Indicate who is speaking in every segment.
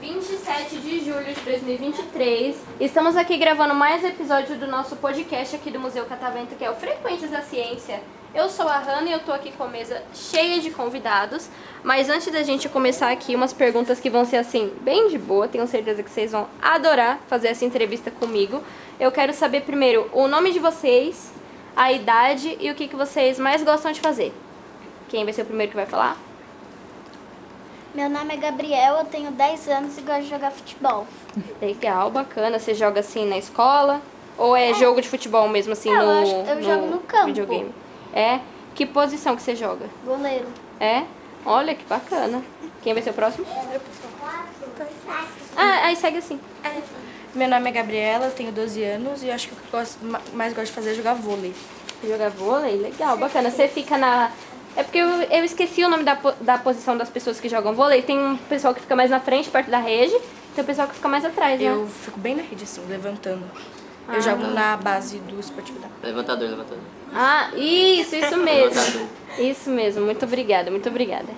Speaker 1: 27 de julho de 2023. Estamos aqui gravando mais episódio do nosso podcast aqui do Museu Catavento, que é o Frequentes da Ciência. Eu sou a Hanna e eu tô aqui com a mesa cheia de convidados. Mas antes da gente começar aqui, umas perguntas que vão ser assim, bem de boa. Tenho certeza que vocês vão adorar fazer essa entrevista comigo. Eu quero saber primeiro o nome de vocês, a idade e o que, que vocês mais gostam de fazer. Quem vai ser o primeiro que vai falar?
Speaker 2: Meu nome é Gabriel, eu tenho 10 anos e gosto de jogar futebol.
Speaker 1: Legal, bacana. Você joga assim na escola? Ou é, jogo de futebol mesmo, assim,
Speaker 2: Ah, Eu
Speaker 1: no
Speaker 2: acho- eu jogo no campo.
Speaker 1: videogame? É? Que posição que você joga?
Speaker 2: Goleiro.
Speaker 1: É? Olha, que bacana. Quem vai ser o próximo?
Speaker 2: É,
Speaker 1: Ah, aí segue assim.
Speaker 3: Meu nome é Gabriela, eu tenho 12 anos e acho que o que eu gosto- ma- mais gosto de fazer é jogar vôlei.
Speaker 1: Jogar vôlei? Legal, bacana. Você fica na... É porque eu, eu esqueci o nome da, po- da posição das pessoas que jogam vôlei. Tem um pessoal que fica mais na frente, perto da rede. Tem o pessoal que fica mais atrás, né?
Speaker 3: Eu fico bem na rede, assim, levantando. Eu jogo na base do esportivo da
Speaker 4: Levantador, levantador.
Speaker 1: Ah, isso, isso mesmo. Isso mesmo. Muito obrigada, muito obrigada.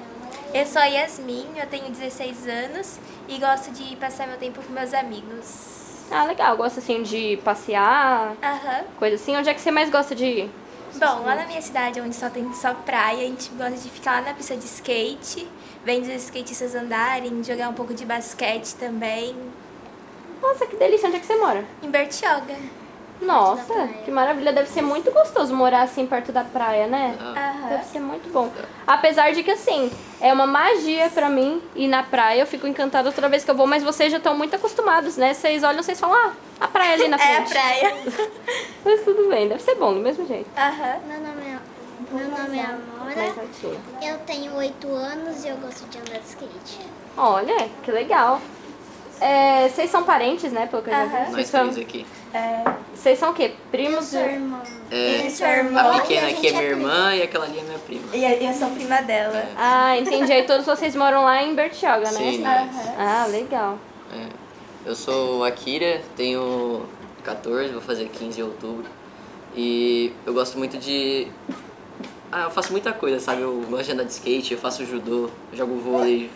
Speaker 5: Eu sou a Yasmin, eu tenho 16 anos e gosto de passar meu tempo com meus amigos.
Speaker 1: Ah, legal. Gosta assim de passear,
Speaker 5: Aham.
Speaker 1: coisa assim. Onde é que você mais gosta de ir?
Speaker 5: Bom, lá na minha cidade, onde só tem só praia, a gente gosta de ficar lá na pista de skate, vendo os skatistas andarem, jogar um pouco de basquete também.
Speaker 1: Nossa, que delícia. Onde é que você mora?
Speaker 5: Em Bertioga.
Speaker 1: Nossa, que maravilha. Deve ser muito gostoso morar assim perto da praia, né?
Speaker 5: Aham.
Speaker 1: Deve ser muito bom. Apesar de que, assim, é uma magia pra mim ir na praia. Eu fico encantada toda vez que eu vou, mas vocês já estão muito acostumados, né? Vocês olham, vocês falam, ah, a praia ali na frente.
Speaker 5: É a praia.
Speaker 1: Mas tudo bem, deve ser bom, do mesmo jeito.
Speaker 5: Aham.
Speaker 2: Meu nome é, meu nome é
Speaker 1: Mais
Speaker 2: Amora,
Speaker 1: altinho.
Speaker 2: eu tenho 8 anos e eu gosto de andar de skate.
Speaker 1: Olha, que legal. É, vocês são parentes, né? Pelo que eu já vi.
Speaker 4: Nós
Speaker 1: Vocês são-
Speaker 4: três aqui.
Speaker 1: Vocês são o quê? Primos? e-
Speaker 2: irmão.
Speaker 4: É,
Speaker 2: sou irmão.
Speaker 4: a pequena aqui é minha irmã e aquela ali é minha prima. É.
Speaker 3: E eu sou prima dela.
Speaker 1: Ah, entendi. Aí todos vocês moram lá em Bertioga, né?
Speaker 3: é
Speaker 4: Sim, nós.
Speaker 1: Ah, legal.
Speaker 4: É. Eu sou o Akira, tenho 14, vou fazer 15 em outubro. E eu gosto muito de. Ah, eu faço muita coisa, sabe? Eu gosto de andar de skate, eu faço judô, eu jogo vôlei,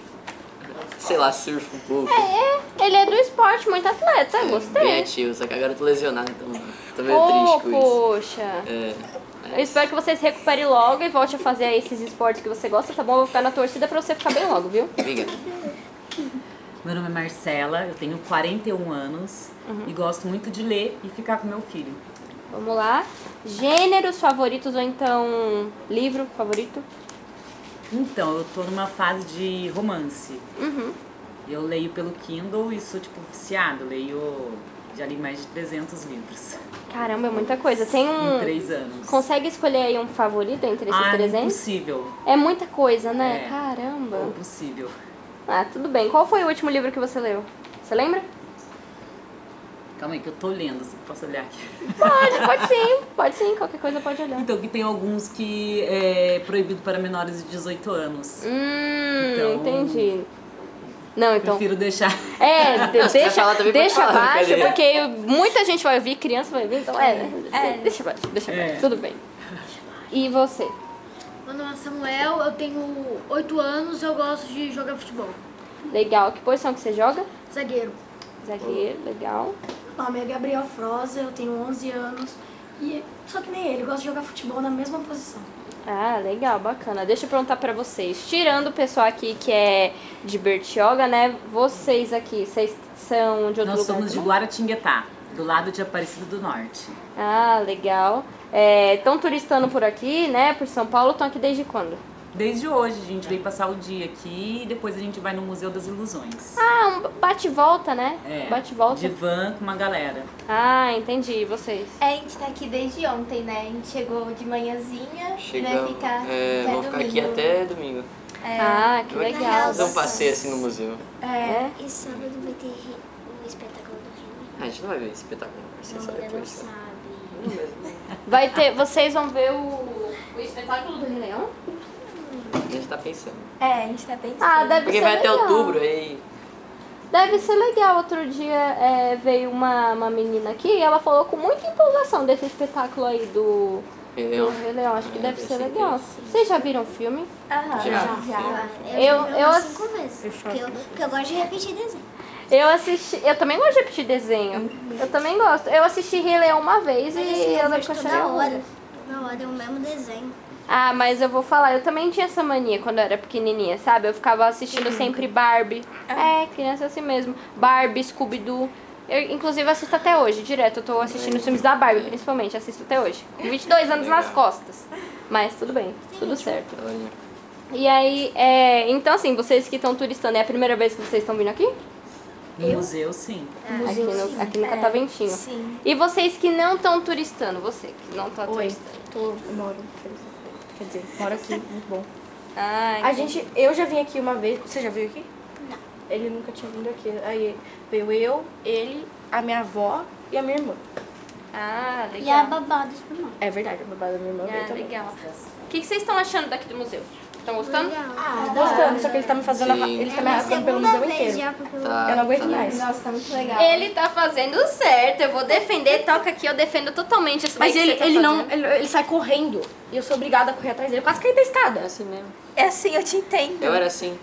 Speaker 4: sei lá, surfo um pouco. é,
Speaker 1: É, ele é do esporte, muito atleta.
Speaker 4: Bem
Speaker 1: Gostei.
Speaker 4: ativo, só que agora eu tô lesionado, então tô meio
Speaker 1: Oh,
Speaker 4: triste com
Speaker 1: poxa.
Speaker 4: isso. É,
Speaker 1: Eu espero que você se recupere logo e volte a fazer aí esses esportes que você gosta, tá bom? Eu vou ficar na torcida pra você ficar bem logo, viu?
Speaker 4: É, obrigado.
Speaker 6: Meu nome é Marcela, eu tenho 41 anos
Speaker 1: Uhum.
Speaker 6: e gosto muito de ler e ficar com meu filho.
Speaker 1: Vamos lá. Gêneros favoritos ou então livro favorito?
Speaker 6: Então, eu tô numa fase de romance.
Speaker 1: Uhum.
Speaker 6: Eu leio pelo Kindle e sou, tipo, viciado. Leio, já li mais de 300 livros
Speaker 1: Caramba, é muita coisa. Tem
Speaker 6: em
Speaker 1: um...
Speaker 6: 3 anos.
Speaker 1: Consegue escolher aí um favorito entre esses
Speaker 6: ah,
Speaker 1: 300?
Speaker 6: impossível.
Speaker 1: É muita coisa, né?
Speaker 6: É.
Speaker 1: Caramba.
Speaker 6: Impossível.
Speaker 1: Ah, tudo bem. Qual foi o último livro que você leu? Você lembra?
Speaker 6: Calma aí, que eu tô lendo, se posso olhar aqui.
Speaker 1: Pode, pode sim. Pode sim, qualquer coisa pode olhar.
Speaker 6: Então, que tem alguns que é proibido para menores de 18 anos.
Speaker 1: Hum,
Speaker 6: Então-
Speaker 1: entendi. Não, então.
Speaker 6: Prefiro deixar.
Speaker 1: É, de-
Speaker 4: Você vai
Speaker 1: deixa,
Speaker 4: falar também, pode
Speaker 1: deixa
Speaker 4: falar,
Speaker 1: abaixo,
Speaker 4: brincadeira.
Speaker 1: porque muita gente vai ouvir, criança vai ouvir, então é, né?
Speaker 5: É.
Speaker 1: Deixa abaixo, deixa abaixo,
Speaker 6: É.
Speaker 1: tudo bem. E você?
Speaker 7: Meu nome é Samuel, eu tenho 8 anos eu gosto de jogar futebol.
Speaker 1: Legal, que posição que você joga?
Speaker 7: Zagueiro.
Speaker 1: Zagueiro, legal.
Speaker 7: Meu nome é Gabriel Froza, eu tenho 11 anos. E só que nem ele, eu gosto de jogar futebol na mesma posição.
Speaker 1: Ah, legal, bacana. Deixa eu perguntar pra vocês. Tirando o pessoal aqui que é de Bertioga, né? Vocês aqui, vocês são de outro
Speaker 6: Nós
Speaker 1: lugar?
Speaker 6: somos de
Speaker 1: também?
Speaker 6: Guaratinguetá, do lado de Aparecida do Norte.
Speaker 1: Ah, legal. Estão turistando por aqui, né? Por São Paulo, estão aqui desde quando?
Speaker 6: Desde hoje, a gente veio passar o dia aqui e depois a gente vai no Museu das Ilusões.
Speaker 1: Ah, um bate e volta, né?
Speaker 6: É,
Speaker 1: Bate e volta.
Speaker 6: De van com uma galera.
Speaker 1: Ah, entendi. E vocês?
Speaker 5: É, a gente tá aqui desde ontem, né? A gente chegou de manhãzinha e vai
Speaker 4: Chegamos.
Speaker 5: ficar
Speaker 4: É,
Speaker 5: até
Speaker 4: vou ficar aqui
Speaker 5: domingo.
Speaker 4: até domingo.
Speaker 1: Ah, que
Speaker 4: Eu vou
Speaker 1: legal.
Speaker 6: Então,
Speaker 4: dar um passeio assim no museu.
Speaker 1: É.
Speaker 2: E sábado vai ter re- um espetáculo do Remy.
Speaker 4: Ah, a gente não vai ver esse espetáculo, vai ser só depois. sabe?
Speaker 2: sabe.
Speaker 1: Vai ter. Vocês vão ver o, o espetáculo do Rei Leão?
Speaker 4: A gente tá pensando.
Speaker 5: É, a gente tá pensando.
Speaker 1: Ah, deve
Speaker 4: Porque
Speaker 1: ser.
Speaker 4: vai até
Speaker 1: legal.
Speaker 4: outubro, aí
Speaker 1: Deve ser legal. Outro dia é, veio uma, uma menina aqui e ela falou com muita empolgação desse espetáculo aí do.
Speaker 4: Rei
Speaker 1: do
Speaker 4: Leão.
Speaker 1: Rei Leão. Acho que
Speaker 4: É,
Speaker 1: deve
Speaker 4: deve
Speaker 1: ser
Speaker 4: ser
Speaker 1: legal.
Speaker 4: interessante.
Speaker 1: Vocês já viram o filme?
Speaker 5: Aham,
Speaker 4: Já.
Speaker 5: já.
Speaker 2: Eu,
Speaker 1: Eu-
Speaker 2: eu,
Speaker 1: eu
Speaker 2: umas
Speaker 1: ass-
Speaker 2: cinco vezes. Porque eu, porque eu gosto de repetir desenho.
Speaker 1: Eu assisti. Eu também gosto de repetir desenho. Eu também gosto. Eu assisti Rei Leão uma vez
Speaker 2: Mas
Speaker 1: e
Speaker 2: assim, eu
Speaker 1: eu
Speaker 2: vejo
Speaker 1: não
Speaker 2: toda hora. Toda hora é o mesmo desenho.
Speaker 1: Ah, mas eu vou falar, eu também tinha essa mania quando eu era pequenininha, sabe? Eu ficava assistindo sempre Barbie. É, criança é assim mesmo. Barbie, Scooby-Doo. Eu, inclusive, assisto até hoje, direto. Eu tô assistindo os filmes da Barbie, principalmente. Assisto até hoje. Com 22 anos nas costas. Mas tudo bem, tudo certo.
Speaker 4: Olha.
Speaker 1: E aí, é, então assim, vocês que estão turistando, é a primeira vez que vocês estão vindo aqui?
Speaker 6: No museu, sim.
Speaker 1: Aqui no, aqui no Cataventinho.
Speaker 5: Sim.
Speaker 1: E vocês que não estão turistando, você que não tá
Speaker 3: Oi,
Speaker 1: turistando.
Speaker 3: tô, eu moro. Quer dizer, moro aqui, muito bom.
Speaker 1: Ah,
Speaker 3: A gente, eu já vim aqui uma vez. Você já veio aqui? Não. Ele nunca tinha vindo aqui. Aí veio eu, ele, a minha avó e a minha irmã.
Speaker 1: ah, legal.
Speaker 2: E a babada do Superman.
Speaker 3: É verdade, a babá da minha irmã veio
Speaker 1: Ah,
Speaker 3: também.
Speaker 1: legal. O que, que vocês estão achando daqui do museu? Estão gostando?
Speaker 2: Ah,
Speaker 3: Gostando, só que ele tá me fazendo.
Speaker 4: Sim.
Speaker 3: arra- Ele tá me
Speaker 2: a
Speaker 3: arrastando pelo
Speaker 2: segunda
Speaker 3: museu
Speaker 2: vez
Speaker 3: inteiro.
Speaker 2: já, porque eu-
Speaker 4: Tá,
Speaker 3: Eu não
Speaker 4: tá
Speaker 3: aguento
Speaker 4: legal.
Speaker 3: mais.
Speaker 5: Nossa, tá muito
Speaker 7: É,
Speaker 5: legal.
Speaker 1: Ele tá fazendo certo, eu vou defender, toca aqui, eu defendo totalmente esse
Speaker 3: Mas
Speaker 1: bem que
Speaker 3: ele,
Speaker 1: você tá
Speaker 3: ele não.
Speaker 1: fazendo.
Speaker 3: Ele, ele sai correndo. E eu sou obrigada a correr atrás dele. Eu quase caí da escada.
Speaker 4: É assim mesmo.
Speaker 5: É assim, eu te entendo.
Speaker 4: Eu era assim.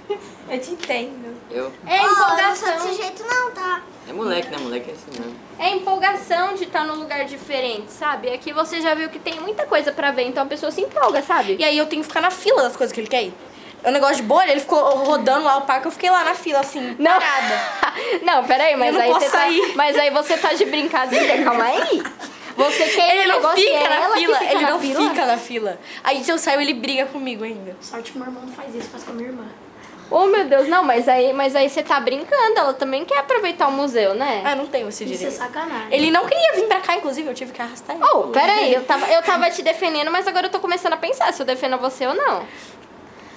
Speaker 5: Eu te entendo.
Speaker 4: Eu.
Speaker 1: É
Speaker 2: Ó, eu não sou
Speaker 1: empolgação,
Speaker 2: desse jeito não, tá?
Speaker 4: É moleque, né? Moleque é assim mesmo.
Speaker 1: é empolgação de estar num lugar diferente, sabe? Aqui você já viu que tem muita coisa pra ver, então a pessoa se empolga, sabe?
Speaker 3: E aí eu tenho que ficar na fila das coisas que ele quer ir. É um negócio de bolha, ele ficou rodando lá o parque, eu fiquei lá na fila, assim,
Speaker 1: Não.
Speaker 3: parada.
Speaker 1: não, peraí, mas
Speaker 3: não
Speaker 1: aí
Speaker 3: posso
Speaker 1: você tá.
Speaker 3: sair.
Speaker 1: Mas aí você tá de brincadeira, calma aí. Você quer
Speaker 3: Ele
Speaker 1: o
Speaker 3: não
Speaker 1: negócio e
Speaker 3: fica
Speaker 1: é ela
Speaker 3: na
Speaker 1: que
Speaker 3: fila,
Speaker 1: fica
Speaker 3: ele
Speaker 1: na
Speaker 3: não
Speaker 1: fila?
Speaker 3: fica na fila. Aí se eu saio, ele briga comigo ainda.
Speaker 7: Sorte que meu irmão não faz isso, faz com a minha irmã.
Speaker 1: Oh meu Deus, não, mas aí, mas aí você tá brincando, ela também quer aproveitar o museu, né?
Speaker 3: Ah, não tenho esse
Speaker 7: Isso é
Speaker 3: direito.
Speaker 7: sacanagem.
Speaker 3: Ele não queria vir pra cá, inclusive, eu tive que arrastar ele.
Speaker 1: Oh, peraí, eu tava, eu tava te defendendo, mas agora eu tô começando a pensar se eu defendo você ou não.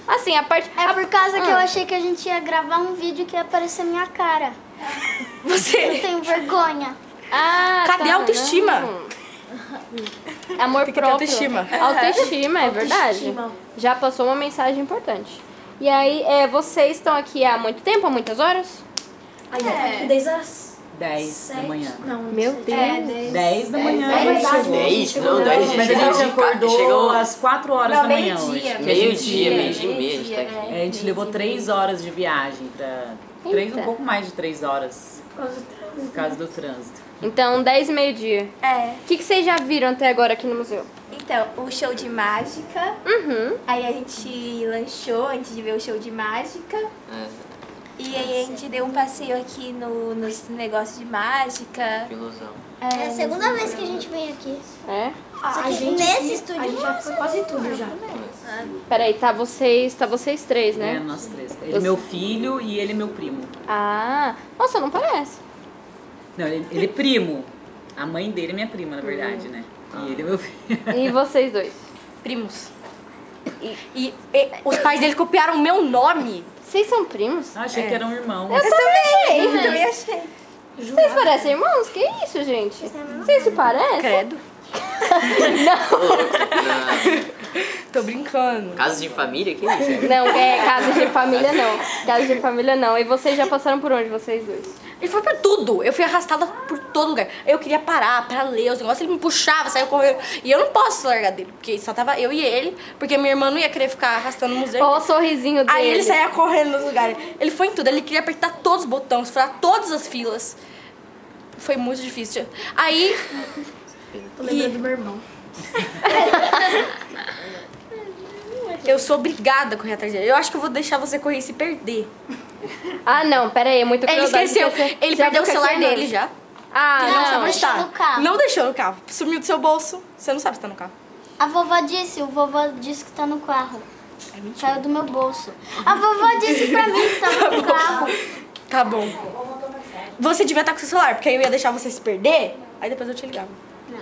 Speaker 1: Assim, a parte.
Speaker 2: É por causa que
Speaker 1: Ah.
Speaker 2: eu achei que a gente ia gravar um vídeo que ia aparecer minha cara. Eu
Speaker 3: Você.
Speaker 2: tenho vergonha.
Speaker 1: Ah,
Speaker 3: Cadê
Speaker 1: tá,
Speaker 3: a autoestima?
Speaker 1: não. Amor
Speaker 3: Tem que ter
Speaker 1: próprio.
Speaker 3: autoestima.
Speaker 1: Autoestima, é verdade.
Speaker 7: Autoestima.
Speaker 1: Já passou uma mensagem importante. E aí, é, vocês estão aqui há muito tempo, há muitas horas?
Speaker 7: Aí eu tô aqui desde as
Speaker 6: 10 da
Speaker 7: sete...
Speaker 6: manhã.
Speaker 7: Não,
Speaker 1: Meu
Speaker 7: não sei.
Speaker 1: Deus.
Speaker 7: É,
Speaker 6: 10 da manhã
Speaker 7: É
Speaker 6: ele
Speaker 7: verdade,
Speaker 6: chegou.
Speaker 7: né?
Speaker 4: 10? Não, 10 de
Speaker 6: Mas a gente acordou
Speaker 4: Chegou
Speaker 6: às 4 horas
Speaker 5: Não,
Speaker 6: da manhã
Speaker 5: meio-dia,
Speaker 6: hoje. que a
Speaker 4: meio-dia, meio-dia
Speaker 6: gente-
Speaker 4: e meia, a gente tá aqui.
Speaker 6: É, a gente levou 3 horas de viagem pra. Três, um pouco mais de 3 horas
Speaker 7: por causa do trânsito.
Speaker 6: por causa do trânsito.
Speaker 1: Então, 10 e meio-dia.
Speaker 5: É.
Speaker 1: O que, que vocês já viram até agora aqui no museu?
Speaker 5: Então, o show de mágica. Aí a gente lanchou antes de ver o show de mágica.
Speaker 4: É,
Speaker 5: E aí a gente deu um passeio aqui no, nos negócios de mágica.
Speaker 4: ilusão.
Speaker 2: É a segunda vez que a gente vem aqui.
Speaker 1: É?
Speaker 2: Só
Speaker 7: A
Speaker 2: Ah, que
Speaker 7: gente,
Speaker 2: nesse
Speaker 7: aqui,
Speaker 2: estúdio
Speaker 7: a gente já foi quase tudo já.
Speaker 1: Peraí, tá vocês. Tá vocês três, né?
Speaker 6: É, nós três. Ele é meu filho e ele é meu primo.
Speaker 1: Ah, nossa, não parece.
Speaker 6: Não, ele, ele é primo. A mãe dele é minha prima, na
Speaker 1: Hum.
Speaker 6: verdade, né? E ele é meu filho.
Speaker 1: E vocês dois?
Speaker 3: Primos. E, e os pais dele copiaram meu nome.
Speaker 1: Vocês são primos?
Speaker 6: Ah,
Speaker 3: É.
Speaker 6: achei que era um irmão.
Speaker 1: Uhum.
Speaker 5: Eu também achei.
Speaker 1: Vocês parecem irmãos? Que isso, gente? Vocês se parecem?
Speaker 3: Credo.
Speaker 4: Na
Speaker 3: Tô brincando.
Speaker 4: casa de família, que é isso?
Speaker 1: Não, é casa de família não. Casa de família não. E vocês já passaram por onde, vocês dois?
Speaker 3: Ele foi pra tudo. Eu fui arrastada por todo lugar. Eu queria parar pra ler os negócios, ele me puxava, saiu correndo. E eu não posso largar dele, porque só tava eu e ele, porque minha irmã não ia querer ficar arrastando o museu.
Speaker 1: Olha o sorrisinho dele.
Speaker 3: Aí Ah, ele saía correndo nos lugares. Ele foi em tudo, ele queria apertar todos os botões, furar todas as filas. Foi muito difícil. Aí.
Speaker 7: Tô lembrando do meu irmão.
Speaker 3: Eu sou obrigada a correr atrás dele. Eu acho que eu vou deixar você correr e se perder.
Speaker 1: Ah, não, pera aí, é muito
Speaker 3: Ele
Speaker 1: crueldade
Speaker 3: esqueceu.
Speaker 1: porque você
Speaker 3: Ele
Speaker 1: já
Speaker 3: perdeu o
Speaker 1: viu que
Speaker 3: celular
Speaker 1: aqui é
Speaker 3: dele
Speaker 1: noite.
Speaker 3: já.
Speaker 1: Ah,
Speaker 3: Ele não,
Speaker 1: não.
Speaker 3: sabe onde tá.
Speaker 2: deixou no carro.
Speaker 3: Não deixou no carro. Sumiu do seu bolso. Você não sabe se tá no carro.
Speaker 2: A vovó disse, o vovó disse que tá no carro.
Speaker 1: É
Speaker 2: Saiu do meu bolso. A vovó disse pra mim que tava no carro.
Speaker 3: Tá bom. Você devia estar com seu celular, porque aí eu ia deixar você se perder, aí depois eu te ligava.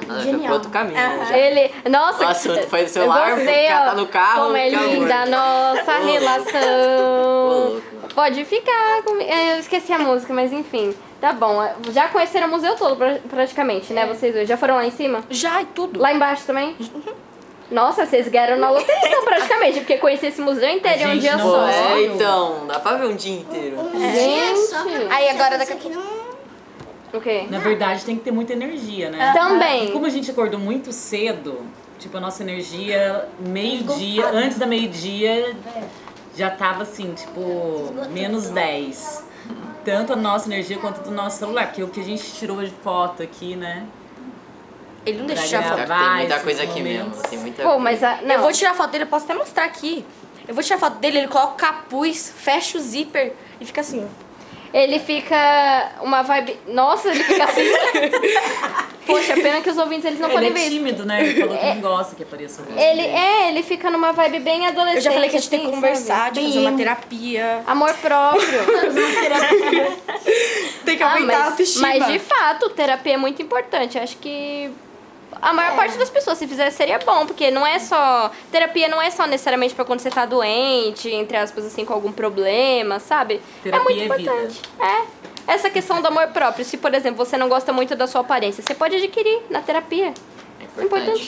Speaker 4: Ela Ah, foi pro outro caminho. né, já.
Speaker 1: Ele, nossa,
Speaker 4: O assunto foi do
Speaker 1: eu
Speaker 4: celular,
Speaker 1: gostei,
Speaker 4: o cara
Speaker 1: ó,
Speaker 4: tá no carro,
Speaker 1: Como é
Speaker 4: que amor.
Speaker 1: linda a nossa
Speaker 4: Ô,
Speaker 1: relação.
Speaker 4: louco.
Speaker 1: Pode ficar comigo. Eu esqueci a música, mas enfim. Tá bom. Já conheceram o
Speaker 3: É.
Speaker 1: museu todo, pra- praticamente, né? Vocês dois. Já foram lá em cima?
Speaker 3: Já e tudo.
Speaker 1: Lá embaixo também? Nossa, vocês ganharam na loteria então, praticamente, porque conheci esse museu inteiro
Speaker 6: A
Speaker 1: em um
Speaker 6: gente
Speaker 1: dia
Speaker 6: não
Speaker 1: só. É.
Speaker 6: vai.
Speaker 4: É, então, dá pra ver um dia inteiro.
Speaker 1: Gente!
Speaker 3: Aí agora daqui a pouco.
Speaker 1: O quê?
Speaker 6: Na verdade, tem que ter muita energia, né? E
Speaker 1: Também.
Speaker 3: Ah,
Speaker 6: como a gente acordou muito cedo, tipo, a nossa energia, meio-dia, antes da
Speaker 3: É.
Speaker 6: meio-dia, já tava assim, tipo, menos 10. Tanto a nossa energia quanto do nosso celular, que é o que a gente tirou de foto aqui, né?
Speaker 3: Ele não deixa
Speaker 6: Pra
Speaker 3: tirar
Speaker 6: gravar.
Speaker 3: foto.
Speaker 4: Tá, tem muita
Speaker 6: esses
Speaker 4: coisa aqui mesmo.
Speaker 6: momentos.
Speaker 4: Tem muita
Speaker 1: Pô, mas a. Não.
Speaker 3: tá. Eu vou tirar foto dele, eu posso até mostrar aqui. Eu vou tirar foto dele, ele coloca o capuz, fecha o zíper e fica assim. ó.
Speaker 1: Ele fica uma vibe. Nossa, ele fica assim. Poxa, pena que os ouvintes eles não
Speaker 6: Ele
Speaker 1: podem
Speaker 6: é
Speaker 1: ver isso.
Speaker 6: tímido, né? Ele falou que
Speaker 3: É.
Speaker 6: não gosta que apareça o rosto
Speaker 1: Ele
Speaker 6: dele.
Speaker 1: é, ele fica numa vibe bem adolescente.
Speaker 3: Eu já falei que a gente tem que
Speaker 1: assim,
Speaker 3: conversar, de
Speaker 1: sabe?
Speaker 3: fazer uma terapia.
Speaker 1: Amor próprio.
Speaker 3: Tem que
Speaker 1: Ah,
Speaker 3: aumentar a
Speaker 1: mas,
Speaker 3: autoestima.
Speaker 1: mas de fato, terapia é muito importante. Eu Acho que a maior parte das pessoas, se fizer, seria bom, porque não é só. Terapia não é só necessariamente pra quando você tá doente, entre aspas, assim, com algum problema, sabe? é
Speaker 6: Terapia
Speaker 1: muito
Speaker 6: é vida.
Speaker 1: importante. É. Essa questão do amor próprio, se por exemplo você não gosta muito da sua aparência, você pode adquirir na terapia.
Speaker 4: É importante.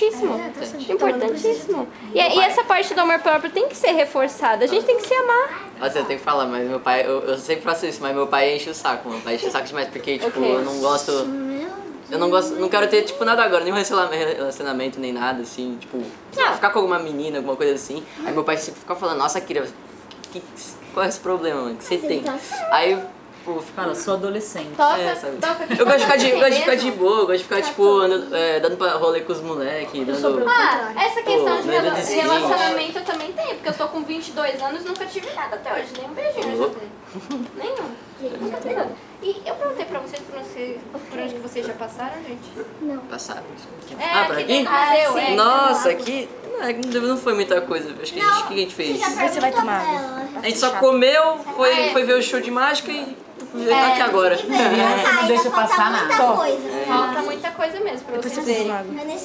Speaker 1: Importantíssimo.
Speaker 4: Importante.
Speaker 1: Importantíssimo. E, é, e essa parte do amor próprio tem que ser reforçada. A gente tem que se amar.
Speaker 4: Nossa, eu tenho que falar, mas meu pai, eu, eu sempre faço isso, mas meu pai enche o saco, meu pai enche o saco demais, porque, tipo,
Speaker 1: Ok.
Speaker 4: eu não gosto. Eu não gosto, não quero ter, tipo, nada agora, nenhum relaciona- relacionamento, nem nada, assim, tipo, sei lá, ficar com alguma menina, alguma coisa assim. Aí meu pai sempre fica falando, nossa, Kira, que, qual é esse problema, mano, que você tem? Aí,
Speaker 3: é
Speaker 4: pô, fica.
Speaker 6: Fala, sou adolescente.
Speaker 1: tá Toca,
Speaker 4: É, sabe?
Speaker 1: toca.
Speaker 4: Eu gosto de ficar de, eu gosto de, ficar de boa, eu gosto de ficar, tipo, andando, é, dando pra rolê com os moleques, dando.
Speaker 1: Ah, essa questão
Speaker 4: Pô,
Speaker 1: de
Speaker 4: não é
Speaker 1: rela-
Speaker 4: desse jeito.
Speaker 1: relacionamento eu também tenho, porque eu tô com 22 anos e nunca tive nada até hoje. Nem um beijinho eu já
Speaker 4: Louco.
Speaker 1: dei. Nenhum. Nunca tive nada. E eu perguntei pra vocês por onde, vocês- por onde que vocês já passaram, gente.
Speaker 4: Passaram.
Speaker 1: É,
Speaker 4: ah, pra
Speaker 1: aqui
Speaker 4: aqui?
Speaker 1: dentro do museu, é, aqui
Speaker 4: Nossa, aqui. Não, não foi muita coisa. Acho que a gente, o que a gente fez?
Speaker 3: Você vai tomar.
Speaker 4: A gente só comeu, foi,
Speaker 1: É.
Speaker 4: foi ver o show de mágica e tá aqui
Speaker 1: né?
Speaker 4: agora.
Speaker 6: Criança não deixa passar nada.
Speaker 1: Falta muita coisa mesmo pra vocês verem.
Speaker 3: Mas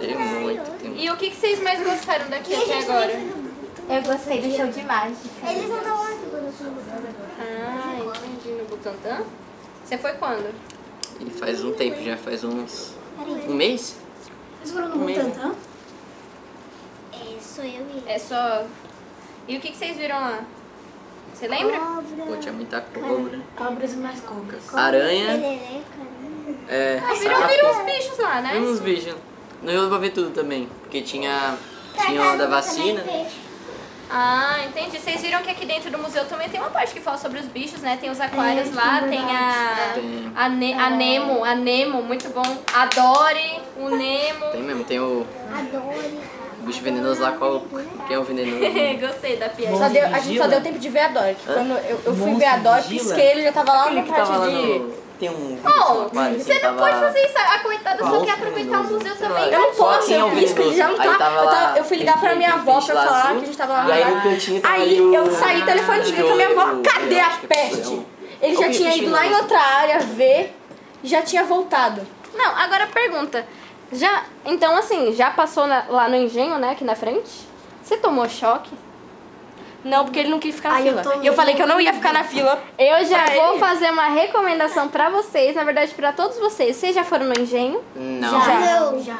Speaker 4: Tem muito tempo.
Speaker 1: E o que, que vocês mais gostaram daqui até agora?
Speaker 8: Eu gostei do show de mágica.
Speaker 2: Eles não estão lá segurando
Speaker 1: Ah, entendi. No Butantã? Você foi quando?
Speaker 4: E faz um tempo já, faz uns. Um mês?
Speaker 7: Vocês foram no Butantã?
Speaker 2: É, sou eu e
Speaker 1: É só. E o que, que vocês viram lá? Você lembra? Né?
Speaker 4: Pô,
Speaker 2: cobra.
Speaker 4: tinha muita cobra.
Speaker 7: Cobras e mais cobras.
Speaker 4: Aranha.
Speaker 2: Perereca. né?
Speaker 4: É.
Speaker 1: Viram,
Speaker 4: sapo.
Speaker 1: viram uns bichos lá, né?
Speaker 4: Tem uns bichos. Não deu pra ver tudo também. Porque tinha. Tinha o da vacina.
Speaker 2: Também tem.
Speaker 1: Ah, entendi. Vocês viram que aqui dentro do museu também tem uma parte que fala sobre os bichos, né? Tem os aquários
Speaker 3: é
Speaker 1: lá, tem a.
Speaker 4: Tem.
Speaker 1: A, ne a Nemo, a Nemo, muito bom. Adore o Nemo.
Speaker 4: Tem mesmo, tem o
Speaker 2: Adoro.
Speaker 4: bicho venenoso lá qual. Quem é o venenoso?
Speaker 1: Gostei da piada.
Speaker 3: Só deu- a gente só deu tempo de ver a Dory. é que Quando eu, eu fui ver a Dory,
Speaker 6: Monstro de
Speaker 3: pisquei, ele já tava lá na
Speaker 4: Aquele que tava lá
Speaker 3: parte de...
Speaker 4: no. Tem um.
Speaker 1: Bom, você não
Speaker 4: tá
Speaker 1: pode fazer isso. A coitada só
Speaker 4: Qual
Speaker 1: quer
Speaker 4: foi o
Speaker 1: aproveitar o
Speaker 4: nome?
Speaker 1: museu também.
Speaker 3: um Eu não
Speaker 4: Só
Speaker 3: posso,
Speaker 4: quem é
Speaker 3: eu
Speaker 4: o
Speaker 3: pisco, ele já não
Speaker 4: Aí
Speaker 3: tá.
Speaker 4: tava
Speaker 3: eu,
Speaker 4: lá
Speaker 3: tava- eu fui ligar pra
Speaker 4: aquele
Speaker 3: minha avó pra
Speaker 4: peixe lá
Speaker 3: falar
Speaker 4: azul,
Speaker 3: que a gente tava lá.
Speaker 4: E aí
Speaker 3: na-
Speaker 4: no cantinho tava
Speaker 3: Aí
Speaker 4: ali o-
Speaker 3: eu saí telefone liguei pra minha avó,
Speaker 4: o-
Speaker 3: cadê a
Speaker 4: acho que é
Speaker 3: peste?
Speaker 4: pulgão.
Speaker 3: Ele
Speaker 4: Qual
Speaker 3: já
Speaker 4: que é
Speaker 3: tinha
Speaker 4: o
Speaker 3: ido lá em
Speaker 4: chinês?
Speaker 3: outra área ver, já tinha voltado.
Speaker 1: Não, agora pergunta. Já, então assim, já passou na- lá no engenho, né, aqui na frente? Você tomou choque?
Speaker 3: Não, porque ele não queria ficar na
Speaker 7: Ai, eu
Speaker 3: fila.
Speaker 7: tô
Speaker 3: E eu falei que eu não ia ficar na fila.
Speaker 1: Eu já
Speaker 3: Pra
Speaker 1: vou
Speaker 3: ele?
Speaker 1: fazer uma recomendação pra vocês, na verdade pra todos vocês. Vocês já foram no engenho?
Speaker 4: Não,
Speaker 2: Não.
Speaker 7: Já.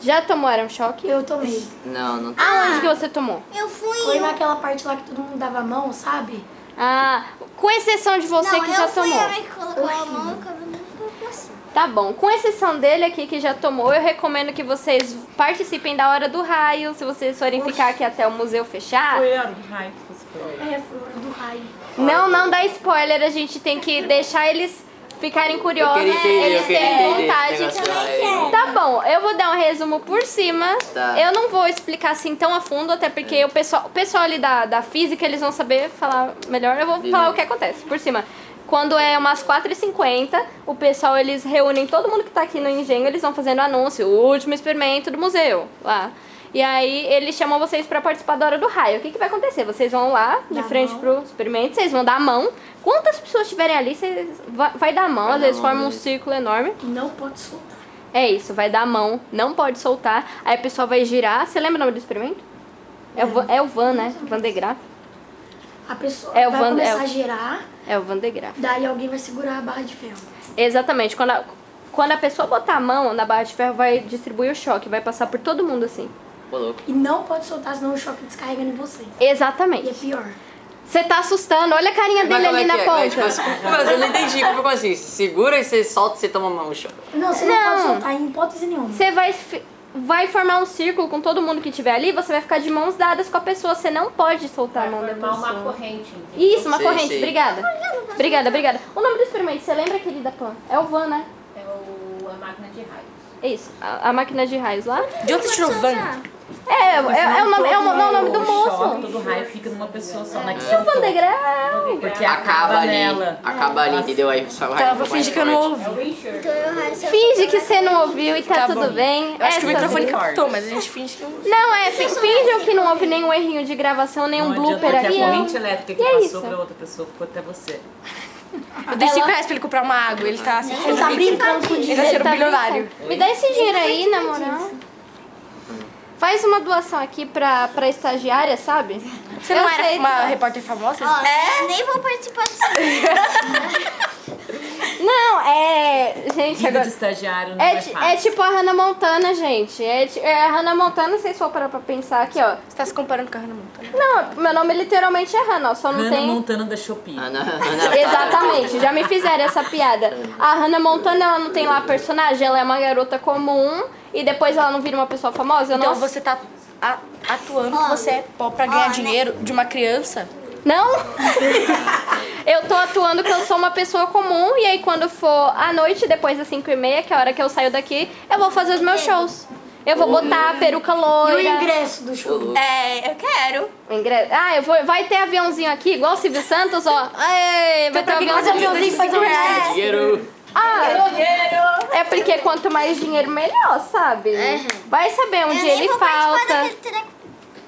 Speaker 1: Já tomaram choque?
Speaker 7: Eu tomei.
Speaker 4: não, não tá.
Speaker 1: Aonde que você tomou?
Speaker 2: Eu fui.
Speaker 7: Foi naquela parte lá que todo mundo dava a mão, sabe?
Speaker 1: Ah, com exceção de você
Speaker 2: não,
Speaker 1: que
Speaker 2: eu
Speaker 1: já
Speaker 2: fui
Speaker 1: tomou.
Speaker 2: a mãe que colocou a mão no cabelo ficou assim.
Speaker 1: Tá bom. Com exceção dele aqui que já tomou, eu recomendo que vocês participem da hora do raio. Se vocês forem ficar aqui até o museu fechar.
Speaker 6: Foi a raiva que você foi.
Speaker 7: É, foi hora do raio.
Speaker 1: Não, não dá spoiler, a gente tem que deixar eles ficarem
Speaker 4: Eu
Speaker 1: curiosos,
Speaker 4: queria entender, eu
Speaker 1: eles
Speaker 4: queria
Speaker 1: têm
Speaker 4: entender
Speaker 1: vontade.
Speaker 4: esse negócio lá, é.
Speaker 1: Tá bom, eu vou dar um resumo por cima.
Speaker 4: Tá. É.
Speaker 1: Eu não vou explicar assim tão a fundo, até porque o pessoal, o pessoal ali da, da física, eles vão saber falar melhor. Eu vou
Speaker 4: Beleza.
Speaker 1: falar o que acontece por cima. Quando é umas 4h50, o pessoal, eles reúnem todo mundo que tá aqui no engenho, eles vão fazendo anúncio, o último experimento do museu, lá. E aí, eles chamam vocês pra participar da hora do raio. O que, que vai acontecer? Vocês vão lá, de frente pro experimento, vocês vão dar a mão. Quantas pessoas tiverem ali, vocês vai, vai dar a mão, às
Speaker 4: dar a
Speaker 1: vezes
Speaker 4: mão
Speaker 1: forma um
Speaker 4: mesmo.
Speaker 1: círculo enorme.
Speaker 7: Não pode soltar.
Speaker 1: É isso, vai dar a mão, não pode soltar. Aí a pessoa vai girar. Você lembra o nome do experimento? É o, Van- é o Van, né? Van de Graaff.
Speaker 7: A pessoa
Speaker 1: É, o
Speaker 7: vai
Speaker 1: Wanda-
Speaker 7: começar
Speaker 1: é o-
Speaker 7: a girar,
Speaker 1: É o Van de Graaff.
Speaker 7: daí alguém vai segurar a barra de ferro.
Speaker 1: Exatamente. Quando a, quando a pessoa botar a mão na barra de ferro, vai distribuir o choque, vai passar por todo mundo assim.
Speaker 4: Ô, louco.
Speaker 7: E não pode soltar, senão o choque descarrega em você. E é
Speaker 1: Exatamente.
Speaker 7: pior.
Speaker 1: Você tá assustando, olha a carinha
Speaker 3: Ah,
Speaker 4: Mas
Speaker 1: dele
Speaker 4: como
Speaker 1: ali
Speaker 4: é
Speaker 1: na
Speaker 4: que é? Mas, tipo,
Speaker 1: ponta.
Speaker 4: assim, mas eu não entendi. Como assim? Você segura e você solta e você toma um choque.
Speaker 7: Não, você não,
Speaker 1: Não.
Speaker 7: pode soltar em hipótese nenhuma.
Speaker 1: Você vai, fi- vai formar um círculo com todo mundo que tiver ali, você vai ficar de mãos dadas com a pessoa, você não pode soltar
Speaker 8: Vai
Speaker 1: a mão da
Speaker 8: formar uma
Speaker 1: pessoa.
Speaker 8: corrente. entendeu?
Speaker 1: Isso, uma
Speaker 4: Sei,
Speaker 1: corrente,
Speaker 4: sei.
Speaker 1: obrigada. Obrigada, obrigada. O nome do experimento, você lembra, querida Pan? É o Van, né?
Speaker 8: É o, a máquina de raios.
Speaker 1: É isso, a, a máquina de raios lá.
Speaker 3: De onde você tirou o Van?
Speaker 1: É, é, é o nome, é o, não, o nome do
Speaker 6: Choque,
Speaker 1: moço.
Speaker 6: todo raio fica numa pessoa só, né? que
Speaker 1: O Van
Speaker 6: soltou.
Speaker 1: Degrau.
Speaker 6: Porque
Speaker 4: Acaba
Speaker 6: acaba
Speaker 4: ali.
Speaker 6: nela.
Speaker 4: Acaba ali, entendeu? Aí só vai.
Speaker 3: Tá, eu vou fingir que eu não ouvi.
Speaker 8: É o Richard.
Speaker 1: Finge que você não ouviu e tá,
Speaker 3: Tá
Speaker 1: tudo
Speaker 3: bom.
Speaker 1: bem.
Speaker 3: Eu acho que o
Speaker 1: Essa-
Speaker 3: microfone captou, mas a gente finge que eu...
Speaker 1: Não, é, fi- fingem que não houve nenhum errinho de gravação, nenhum
Speaker 6: Não adianta,
Speaker 1: um blooper
Speaker 6: porque
Speaker 1: ali.
Speaker 6: a corrente elétrica que
Speaker 1: E é
Speaker 6: passou
Speaker 1: isso.
Speaker 6: pra outra pessoa ficou até você.
Speaker 3: Eu dei 5 reais pra ele comprar uma água, ele tá assim... Ele tá brincando com o Ele tá sendo
Speaker 1: Tá
Speaker 3: bilionário.
Speaker 1: brincando. Me dá esse dinheiro aí, na moral. Faz uma doação aqui pra, pra estagiária, sabe?
Speaker 3: Você não
Speaker 1: Eu
Speaker 3: era
Speaker 1: sei,
Speaker 3: uma
Speaker 1: tá.
Speaker 3: repórter famosa?
Speaker 1: É?
Speaker 2: Nem vou participar disso.
Speaker 1: Não, é. Gente,
Speaker 6: Vida de
Speaker 1: agora.
Speaker 6: estagiário não
Speaker 1: É,
Speaker 6: é,
Speaker 1: ti-
Speaker 6: fácil.
Speaker 1: é tipo a Hannah Montana, gente. É, ti- é a Hannah Montana, se vocês for parar pra pensar aqui, ó.
Speaker 3: Você tá se comparando com a Hannah Montana.
Speaker 1: Não, meu nome literalmente é Hannah, ó, só não
Speaker 6: Hannah
Speaker 1: tem.
Speaker 6: Montana da Shopee.
Speaker 4: Ah, não, não, não.
Speaker 1: Exatamente, já me fizeram essa piada. A Hannah Montana, ela não tem lá personagem, ela é uma garota comum e depois ela não vira uma pessoa famosa? Eu
Speaker 3: Então
Speaker 1: não...
Speaker 3: você tá a- atuando que você é pobre pra
Speaker 1: né?
Speaker 3: ganhar dinheiro de uma criança?
Speaker 1: Não? eu tô atuando que eu sou uma pessoa comum e aí quando for à noite, depois das 5 e meia, que é a hora que eu saio daqui, eu vou fazer os meus shows. Eu vou botar a peruca
Speaker 7: E o
Speaker 1: loira.
Speaker 7: ingresso do
Speaker 4: Ô,
Speaker 7: show?
Speaker 4: louco.
Speaker 3: É, eu quero.
Speaker 1: O ingresso. Ah, eu vou... vai ter aviãozinho aqui, igual o Silvio Santos, ó. Aê, vai ter
Speaker 3: pra mim
Speaker 1: aviãozinho.
Speaker 3: fazer aviãozinho pra ganhar
Speaker 4: Dinheiro.
Speaker 1: Ah, é porque quanto mais dinheiro, melhor, sabe?
Speaker 7: É.
Speaker 1: Vai saber onde ele falta.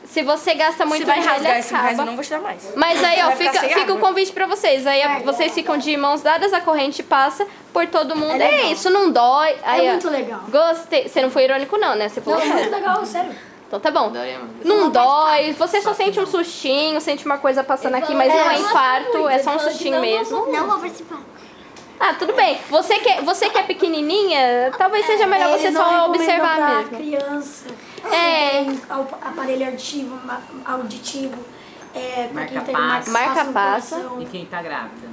Speaker 1: Se você gasta muito
Speaker 3: Você vai
Speaker 1: dinheiro,
Speaker 3: rasgar
Speaker 1: ele
Speaker 3: esse reais, eu
Speaker 1: acaba.
Speaker 3: não vou te dar mais.
Speaker 1: Mas aí, ó,
Speaker 3: Vai ficar
Speaker 1: fica,
Speaker 3: sem
Speaker 1: fica o
Speaker 3: água.
Speaker 1: convite pra vocês. Aí ó, vocês ficam de mãos dadas, a corrente passa por todo mundo. É, isso, não dói. Aí, ó,
Speaker 7: É muito legal.
Speaker 1: Gostei. Você não foi irônico, não, né? Você falou
Speaker 7: Não, é
Speaker 1: sério.
Speaker 7: muito legal, sério.
Speaker 1: Então tá bom.
Speaker 4: Daria, mano.
Speaker 1: Não dói, você só sente um sustinho, sente uma coisa passando aqui, mas não é infarto, é só um sustinho mesmo.
Speaker 2: Não vou participar.
Speaker 1: Ah, tudo bem. Você que, você que é pequenininha, talvez seja melhor você
Speaker 7: Eles É, não
Speaker 1: só
Speaker 7: recomendam
Speaker 1: observar
Speaker 7: pra
Speaker 1: mesmo.
Speaker 7: criança.
Speaker 1: É.
Speaker 7: Tem ao- Aparelho auditivo, ma- auditivo. É, pra
Speaker 6: Marca
Speaker 7: quem tem
Speaker 6: passo.
Speaker 1: Marca
Speaker 7: no
Speaker 1: passo.
Speaker 7: coração.
Speaker 6: E quem tá grávida?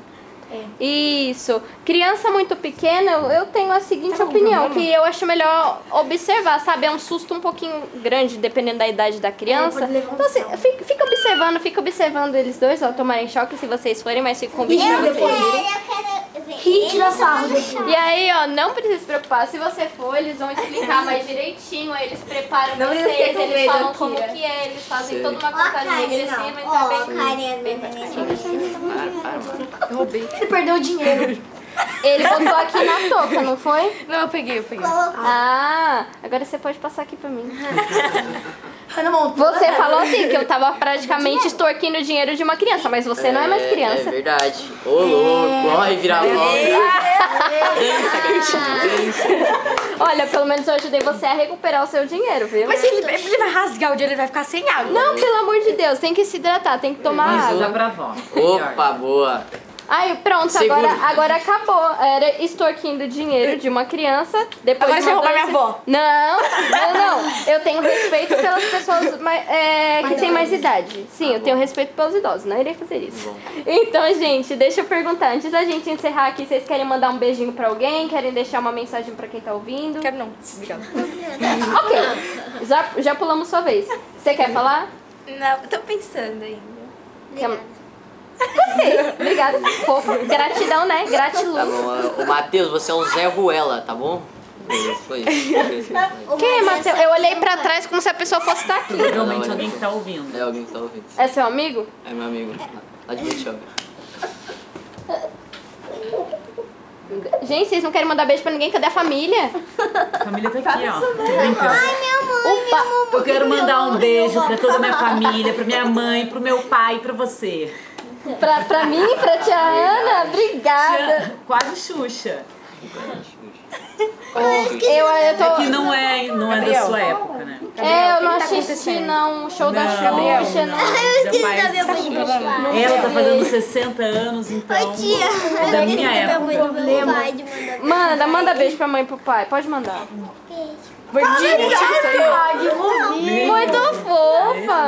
Speaker 1: Isso. Criança muito pequena, eu- eu tenho a seguinte opinião, que eu acho melhor observar, sabe? É um susto um pouquinho grande, dependendo da idade da criança.
Speaker 7: pode levar um
Speaker 1: então, assim,
Speaker 7: trauma.
Speaker 1: fica, fica observando, fica observando eles dois, ó, tomarem choque se vocês forem, mas fica
Speaker 7: E
Speaker 1: convite pra
Speaker 7: eu
Speaker 1: vocês.
Speaker 7: depois
Speaker 2: quero ver.
Speaker 7: ri e tira sarro depois.
Speaker 1: E aí, ó, não precisa se preocupar. Se você for, eles vão explicar mais direitinho. Aí eles preparam
Speaker 8: Não, eu fiquei
Speaker 1: vocês,
Speaker 8: com
Speaker 1: eles
Speaker 8: medo
Speaker 1: falam
Speaker 8: aqui,
Speaker 1: como
Speaker 8: né?
Speaker 1: que é, eles fazem
Speaker 4: Sei.
Speaker 1: toda uma
Speaker 2: Ó a
Speaker 1: contagem
Speaker 2: Karen,
Speaker 1: agressiva,
Speaker 2: tá, não.
Speaker 1: então
Speaker 2: Ó
Speaker 1: é
Speaker 2: a
Speaker 1: bem
Speaker 2: Karen, minha menina.
Speaker 4: Para, para, mano.
Speaker 3: Eu roubei.
Speaker 7: Ele perdeu o dinheiro.
Speaker 1: Ele botou aqui na touca, não foi?
Speaker 3: Não, eu peguei, eu peguei.
Speaker 1: Ah, agora você pode passar aqui pra mim.
Speaker 3: Tá
Speaker 7: Hannah Montana.
Speaker 1: Você falou assim que eu tava praticamente extorquindo o dinheiro de uma criança, mas você não é mais
Speaker 4: É
Speaker 1: criança.
Speaker 4: verdade. Ô, louco. Corre, vira volta.
Speaker 1: Olha, pelo menos eu ajudei você a recuperar o seu dinheiro, viu?
Speaker 3: Mas ele, ele vai rasgar o dinheiro, ele vai ficar sem água.
Speaker 1: Não, pelo amor de Deus, tem que se hidratar, tem que tomar
Speaker 6: Ajuda
Speaker 1: água.
Speaker 6: pra avó. é
Speaker 4: Opa, boa.
Speaker 1: Aí, pronto,
Speaker 4: Seguro.
Speaker 1: agora, agora acabou. Era extorquindo dinheiro de uma criança. Depois
Speaker 3: Agora
Speaker 1: de
Speaker 3: você
Speaker 1: uma
Speaker 3: rouba minha
Speaker 1: adolescente- Não,
Speaker 3: avó.
Speaker 1: eu não. Eu tenho respeito pelas pessoas mais- é, que têm mais idade. Sim, eu tenho respeito pelos idosos, não irei fazer isso. Então, gente, deixa eu perguntar. Antes da gente encerrar aqui, vocês querem mandar um beijinho pra alguém? Querem deixar uma mensagem pra quem tá ouvindo?
Speaker 3: Quero não. Obrigada.
Speaker 1: Ok, já, já pulamos sua vez. Você quer falar?
Speaker 5: Não, tô pensando ainda.
Speaker 1: Quer- Gostei, obrigada. Fofo. Gratidão, né? Gratiluz.
Speaker 4: Tá bom. ó. Ô, Matheus, você é o Zé Ruela, tá bom? Beleza, Foi isso.
Speaker 1: Quem é Matheus? Eu olhei pra trás como se a pessoa fosse estar aqui.
Speaker 6: Provavelmente alguém que tá ouvindo.
Speaker 4: É alguém que tá ouvindo.
Speaker 1: É seu amigo?
Speaker 4: É meu amigo. Lá de Bertioga.
Speaker 1: Gente, vocês não querem mandar beijo pra ninguém? Cadê a família?
Speaker 6: A família tá aqui, ó. Tô brincando.
Speaker 1: Opa!
Speaker 6: Eu quero mandar um beijo pra toda a minha família, pra minha mãe, pro meu pai, pra você.
Speaker 1: Pra, pra mim, pra tia Ana, obrigada.
Speaker 6: Tia- Quase Xuxa.
Speaker 1: Eu, eu tô.
Speaker 6: Que não é, não é da sua época, né?
Speaker 1: É, eu não assisti, não. O show da
Speaker 6: Não,
Speaker 1: Xuxa,
Speaker 6: não. Tá
Speaker 1: não.
Speaker 6: Já faz- Ela tá fazendo 60 anos, então. é da minha época.
Speaker 2: Meu pai de mandar
Speaker 1: Manda, manda beijo pra mãe e pro pai. Pode mandar.
Speaker 2: beijo.
Speaker 1: é
Speaker 3: Verdinho,
Speaker 1: Muito fofa!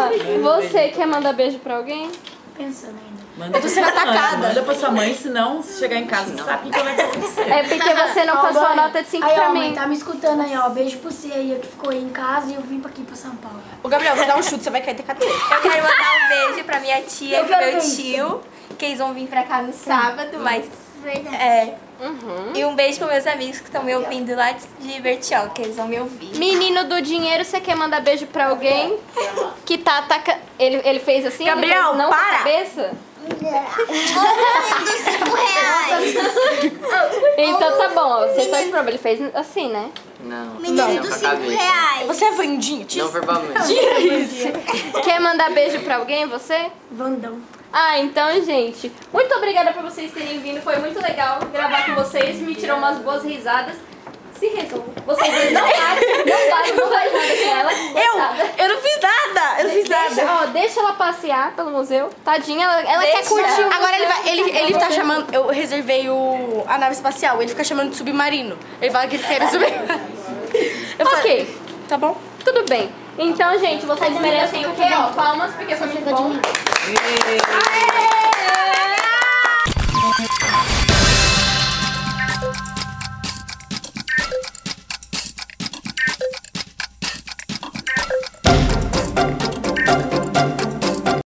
Speaker 1: Você quer mandar beijo pra alguém?
Speaker 7: Pensando ainda.
Speaker 6: Manda pra
Speaker 3: sendo
Speaker 6: sua mãe,
Speaker 3: atacada.
Speaker 6: Manda pra sua mãe, senão se chegar em casa, você sabe o que vai acontecer.
Speaker 1: É porque você não
Speaker 7: Ó,
Speaker 1: passou a
Speaker 7: mãe.
Speaker 1: nota de 5
Speaker 7: aí,
Speaker 1: pra
Speaker 7: ó,
Speaker 1: mim.
Speaker 7: mãe, tá me escutando aí, ó. Beijo pro você aí, eu que ficou aí em casa e eu vim pra aqui pra São Paulo.
Speaker 3: Ô, Gabriel, você dá um chute, você vai cair de cadeira.
Speaker 5: Eu quero mandar um beijo pra minha tia
Speaker 7: Eu
Speaker 5: e pro
Speaker 7: quero
Speaker 5: meu
Speaker 7: ver
Speaker 5: tio, que eles vão vir pra cá no sábado, mas.
Speaker 2: Verdade.
Speaker 5: É. E um beijo pros meus amigos que estão me ouvindo lá de- de Bertiol, que eles vão me ouvir.
Speaker 1: Menino do dinheiro, você quer mandar beijo pra alguém que tá atacando. Ele, ele fez assim? Ele
Speaker 3: Gabriel,
Speaker 1: fez não Com
Speaker 3: para.
Speaker 1: a cabeça?
Speaker 2: Cinco reais.
Speaker 1: Então tá bom, ó, você tá de problema. Ele fez assim, né?
Speaker 4: Não.
Speaker 2: Menino
Speaker 4: não,
Speaker 2: dos
Speaker 4: pra
Speaker 2: 5
Speaker 4: cabeça.
Speaker 2: reais.
Speaker 3: Você é Vandinho, tio.
Speaker 4: Não verbalmente.
Speaker 1: Quer mandar beijo pra alguém, você?
Speaker 7: Vandão.
Speaker 1: Ah, então, gente, muito obrigada por vocês terem vindo. Foi muito legal gravar com vocês. Me tirou umas boas risadas. Se resolvam. Vocês dois não fazem, não fazem, não faz nada com ela. Coitada.
Speaker 3: Eu? Eu não fiz nada! Eu não fiz nada.
Speaker 1: Deixa, ó, deixa ela passear pelo museu. Tadinha, ela, ela quer
Speaker 5: Deixa.
Speaker 1: curtir. um o
Speaker 3: Agora ele
Speaker 1: museu.
Speaker 3: vai. Ele, ele tá chamando. Eu reservei o, a nave espacial, ele fica chamando de submarino. Ele fala que ele quer subir. Eu falei,
Speaker 1: Ok,
Speaker 3: tá bom?
Speaker 1: tudo bem. Então, gente, vocês merecem o quê? Ó, palmas, porque foi muito bom.
Speaker 6: Ei.
Speaker 1: Aê!